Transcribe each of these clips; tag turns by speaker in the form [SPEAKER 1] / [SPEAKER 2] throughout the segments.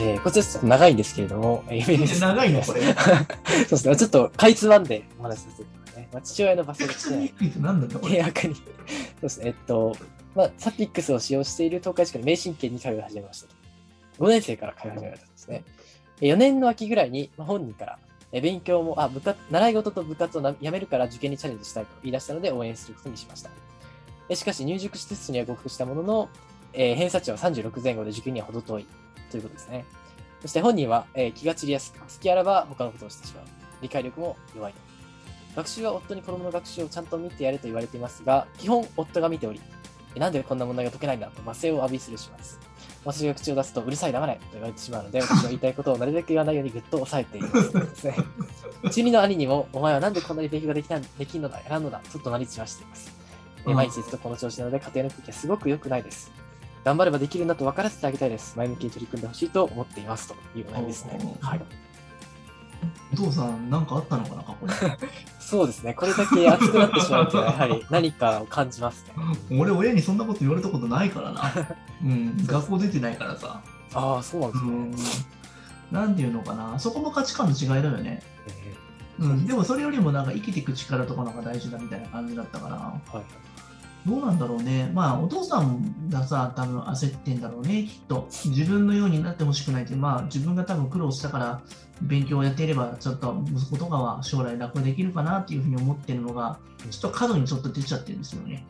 [SPEAKER 1] えーこちらちょっと長いんですけれども、えーイメージです
[SPEAKER 2] 長いのこれ。
[SPEAKER 1] そうですね。ちょっとかいつまんでお話しさせてくださいね。まあ、父親のバス
[SPEAKER 2] セ
[SPEAKER 1] ケ時
[SPEAKER 2] クション
[SPEAKER 1] 代
[SPEAKER 2] ミックってなんだったこ
[SPEAKER 1] 契
[SPEAKER 2] れ。
[SPEAKER 1] 約に。そうですね。えっと、まあ、サピックスを使用している東海地区の名神圏に通い始めましたと。5年生から通い始めたんですね。4年の秋ぐらいにまあ本人から、え勉強も、あ、部活、習い事と部活をなやめるから受験にチャレンジしたいと言い出したので応援することにしました。えしかし入塾施設には合格したものの、えー偏差値は36前後で受験には程遠いということですね。そして本人は、えー気が散りやすく、好きあらば他のことをしてしまう。理解力も弱いと。学習は夫に子供の学習をちゃんと見てやれと言われていますが、基本夫が見ており、えなんでこんな問題が解けないんだと罵声を浴びするします。私が口を出すとうるさい黙れと言われてしまうので、私の言いたいことをなるべく言わないようにぐっと抑えています。ですね。 中二の兄にも、お前はなんでこんなに勉強ができないできんのだ、やらんのだ、と怒鳴り散らしています。え
[SPEAKER 2] うん
[SPEAKER 1] 毎日ずっとこの調子なので、家庭の空気はすごく良くないです。頑張ればできるんだと分からせてあげたいです。前向きに取り組んでほしいと思っていますというお悩みですね。はい。
[SPEAKER 2] お父さん、なんかあったのかな、過 去
[SPEAKER 1] そうですね。これだけ熱くなってしまう と、やはり何かを感じますね。
[SPEAKER 2] に。俺、親にそんなこと言われたことないから な。うん、
[SPEAKER 1] そう
[SPEAKER 2] 学校出てないからさ。
[SPEAKER 1] ああ、そうなんで
[SPEAKER 2] う
[SPEAKER 1] すね
[SPEAKER 2] ん。。なんていうのかな、そこも価値観の違いだよね。
[SPEAKER 1] え
[SPEAKER 2] うん、でもそれよりもなんか生きていく力とかの方が大事だみたいな感じだったから、
[SPEAKER 1] ーはい。
[SPEAKER 2] どうなんだろうね。まあ、お父さんがさ、多分焦ってんだろうね、きっと。自分のようになってほしくないって、まあ、自分が多分苦労したから、勉強をやっていれば、ちょっと息子とかは将来楽できるかなっていうふうに思ってるのが、ちょっと過度にちょっと出ちゃってるんですよね。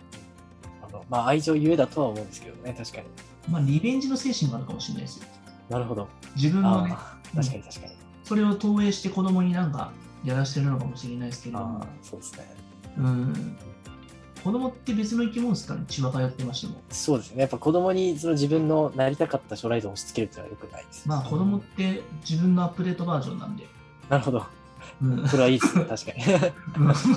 [SPEAKER 1] あのまあ、愛情ゆえだとは思うんですけどね、確かに。
[SPEAKER 2] まあ、リベンジの精神があるかもしれないですよ。
[SPEAKER 1] なるほど。
[SPEAKER 2] 自分のね、
[SPEAKER 1] ああ、確かに確かに。
[SPEAKER 2] それを投影して子供になんかやらしてるのかもしれないですけど、
[SPEAKER 1] ああ、そうですね。
[SPEAKER 2] うん、子供って別の生き物ですからね、血は通ってましても。
[SPEAKER 1] そうですね。やっぱ子供にその自分のなりたかった将来像を押し付けるっていうのは良くないです。
[SPEAKER 2] まあ、子供って自分のアップデートバージョンなんで。
[SPEAKER 1] なるほど。
[SPEAKER 2] うん
[SPEAKER 1] それはいいですね、確かに。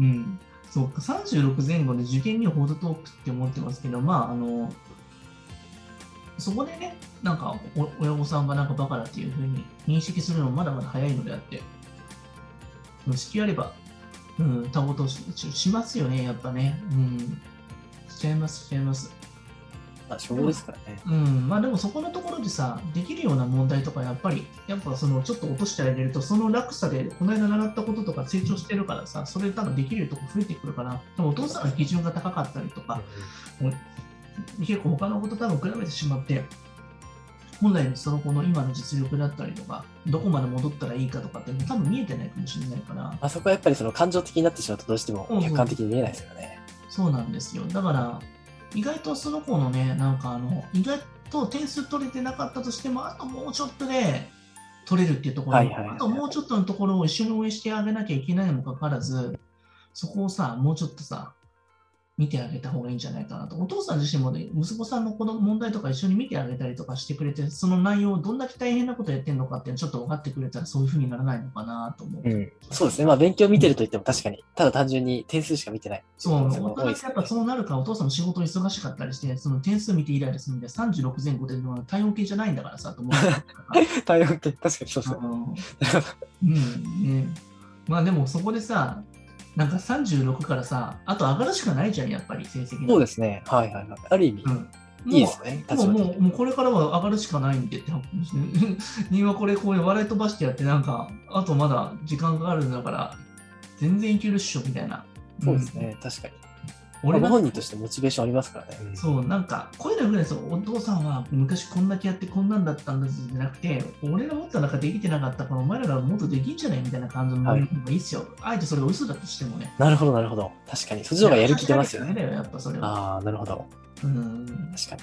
[SPEAKER 2] うん、そうか36前後で受験には程遠くって思ってますけど、まあ、あのそこでね、なんかお親御さんがなんかバカだっていうふうに認識するのもまだまだ早いのであって、もしきあれば、うん、他事をしししますよね、やっぱね。うん、しちゃいます、しちゃいます。
[SPEAKER 1] まあ、しょうですからね。
[SPEAKER 2] うん、まあでもそこのところでさ、できるような問題とか、やっぱり、やっぱそのちょっと落としてあげると、その落差で、この間習ったこととか成長してるからさ、それ多分できるとこ増えてくるから、でもお父さんの基準が高かったりとか、結構他のこと多分比べてしまって、本来のその子の今の実力だったりとか、どこまで戻ったらいいかとかって、多分見えてないかもしれないから、
[SPEAKER 1] あそこはやっぱりその感情的になってしまうとどうしても客観的に見えないですよね。
[SPEAKER 2] そうなんですよ。だから、意外とその子のね、なんかあの、意外と点数取れてなかったとしても、あともうちょっとで取れるっていうところ、
[SPEAKER 1] はいはいはい
[SPEAKER 2] あともうちょっとのところを一緒に応援してあげなきゃいけないにもかかわらず、そこをさ、もうちょっとさ、見てあげた方がいいんじゃないかなと。お父さん自身もね、息子さんのこの問題とか一緒に見てあげたりとかしてくれて、その内容をどんだけ大変なことやってるのかっていうのをちょっと分かってくれたら、そういうふうにならないのかなと思う。
[SPEAKER 1] うん、そうですね。まあ、勉強見てると言っても確かに、ただ単純に点数しか見てない。
[SPEAKER 2] そう、
[SPEAKER 1] そうそ
[SPEAKER 2] 大
[SPEAKER 1] う
[SPEAKER 2] 人ってやっぱそうなるから、お父さんも仕事忙しかったりして、その点数見てイライラするんで、36前後での体温計じゃないんだから さ、と思う。
[SPEAKER 1] 対応って確かにそうですね。
[SPEAKER 2] うん、うんね。まあでもそこでさ、なんか36からさ、あと上がるしかないじゃん、やっぱり成績。
[SPEAKER 1] そうですすね。はいはいはい。ある意味
[SPEAKER 2] う、ん
[SPEAKER 1] いいですね。立
[SPEAKER 2] も
[SPEAKER 1] 場
[SPEAKER 2] う
[SPEAKER 1] 的
[SPEAKER 2] も
[SPEAKER 1] に
[SPEAKER 2] うもうこれからは上がるしかないんでって、今これこう笑い飛ばしてやって、なんか、あとまだ時間があるんだから、全然いけるっしょみたいな。
[SPEAKER 1] そうですね。確かに。
[SPEAKER 2] う
[SPEAKER 1] 俺
[SPEAKER 2] ん。俺
[SPEAKER 1] ご
[SPEAKER 2] が
[SPEAKER 1] 本人としてモチベーションありますからね。
[SPEAKER 2] そう、なんか、こういうのぐらいですよ。お父さんは昔こんだけやってこんなんだったんだぜじゃなくて、俺が思った中できてなかったから、お前らがもっとできんじゃないみたいな感じのノリの方がいいっすよ。あえてそれが嘘だとしてもね。
[SPEAKER 1] なるほど、なるほど。確かに。そっちの方がやる気出ますよ
[SPEAKER 2] や
[SPEAKER 1] ね。
[SPEAKER 2] る気だけどやっぱそれは。
[SPEAKER 1] ああ、なるほど。
[SPEAKER 2] うん。
[SPEAKER 1] 確かに。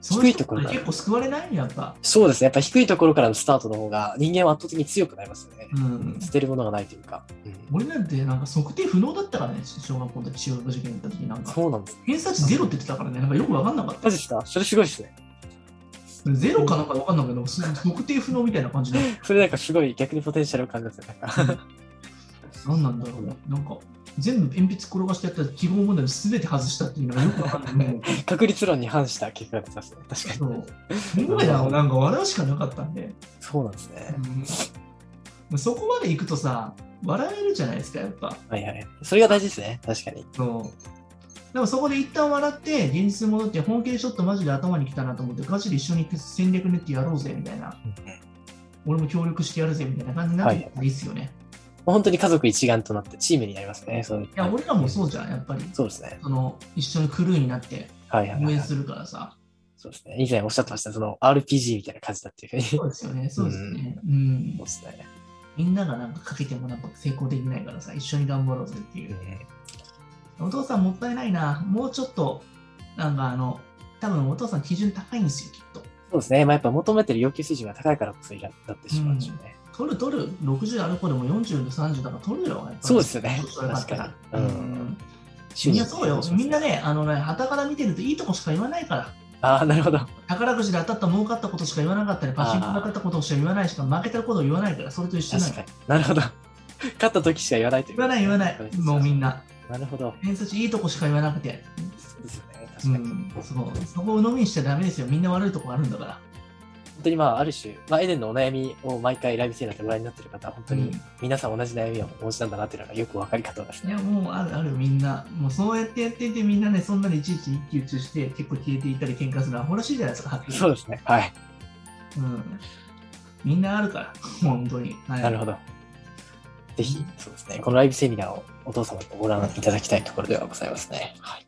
[SPEAKER 2] そういう
[SPEAKER 1] 低いところだ
[SPEAKER 2] 人って結構救われないやっぱ。
[SPEAKER 1] そうですね。やっぱ低いところからのスタートの方が人間は圧倒的に強くなりますよね。
[SPEAKER 2] うん。
[SPEAKER 1] 捨てるものがないというか。うん
[SPEAKER 2] 俺なんてなんか測定不能だったからね、小学校の時、中学受験だった時なんか。
[SPEAKER 1] そうなんです。
[SPEAKER 2] 偏差値ゼロって言ってたからね、なんかよくわかんなかっ
[SPEAKER 1] マジですかそれすごいですね。
[SPEAKER 2] た。ゼロかなんかわかんないけど、す測定不能みたいな感じで、
[SPEAKER 1] それなんかすごい逆にポテンシャルを感じますよ。なんか
[SPEAKER 2] 何なんだろうな、なんか全部鉛筆転がしてやったら記号問題すべて外したっていうのがよくわかんない。 もう
[SPEAKER 1] 確率論に反した結果が出てますね。確かに。
[SPEAKER 2] そう。今やなんか笑うしかなかったんで、
[SPEAKER 1] そうなんですね。
[SPEAKER 2] うんそこまで行くとさ、笑えるじゃないですか、やっぱ。
[SPEAKER 1] はいはい。それが大事ですね。確かに。
[SPEAKER 2] そうでもそこで一旦笑って、現実に戻って、本気でちょっとマジで頭にきたなと思って、ガチで一緒に戦略練ってやろうぜみたいな、俺も協力してやるぜみたいな感じになってくるのがいいっすよね。
[SPEAKER 1] 本当に家族一丸となってチームになりますね。そういっ
[SPEAKER 2] い、
[SPEAKER 1] た
[SPEAKER 2] や、俺らもそうじゃん、やっぱり。
[SPEAKER 1] そうですね。
[SPEAKER 2] その一緒にクルーになって
[SPEAKER 1] はいはい、
[SPEAKER 2] 応
[SPEAKER 1] は
[SPEAKER 2] 援
[SPEAKER 1] い。
[SPEAKER 2] するからさ。
[SPEAKER 1] そうですね。以前おっしゃってました、その RPG みたいな感じだっていうふうに。そ
[SPEAKER 2] そうですよね、そうですよね。うん
[SPEAKER 1] うで。すね。
[SPEAKER 2] みんながなんかかけてもなんか成功できないからさ、一緒に頑張ろうぜっていうう。
[SPEAKER 1] ん
[SPEAKER 2] お父さんもったいないな、もうちょっと、なんかあの、多分お父さん基準高いんですよ、きっと。
[SPEAKER 1] そうですね。まあ、やっぱ求めてる要求水準が高いからこそいらなってしまうんでしょうね。
[SPEAKER 2] 取る取る、60ある子でも40、30だから取るよ、やっぱり
[SPEAKER 1] そうですよね
[SPEAKER 2] そうそうだら
[SPEAKER 1] 確かに
[SPEAKER 2] う
[SPEAKER 1] うん
[SPEAKER 2] ん。
[SPEAKER 1] 収
[SPEAKER 2] みん
[SPEAKER 1] 入
[SPEAKER 2] なそうよ、みんなね、あのね、はから見てるといいとこしか言わないから。
[SPEAKER 1] ああ、なるほど。
[SPEAKER 2] 宝くじで当たった儲かったことしか言わなかったり、パチンコで当たったことしか言わないしか、負けたことを言わないから、それと一緒なの
[SPEAKER 1] 確かに。なるほど。 勝った時しか言わないという。
[SPEAKER 2] 言わない言わない、もうみんな。
[SPEAKER 1] なるほど。
[SPEAKER 2] 偏差値いいとこしか言わなくて、
[SPEAKER 1] そうですよね。確
[SPEAKER 2] う
[SPEAKER 1] かに。
[SPEAKER 2] ん、そうそこを飲みにしちゃダメですよ。みんな悪いとこあるんだから。
[SPEAKER 1] 本当にまあ、ある種、まあ、エデンのお悩みを毎回ライブセーナーでご覧になってる方は、本当に皆さん同じ悩みをお持ちなんだなっていうのがよくわかり方です
[SPEAKER 2] い
[SPEAKER 1] ね
[SPEAKER 2] や、。もうあるある、みんな。もうそうやってやっていて、みんなね、そんなにいちいち一喜一憂して、結構消えていったり喧嘩するのアホらしいじゃないですか、はっきり
[SPEAKER 1] そうですね。はい。
[SPEAKER 2] うん。みんなあるから、本当に。はい、
[SPEAKER 1] なるほど。ぜひ、そうですね。このライブセミナーをお父様とご覧いただきたいところではございますね。はい。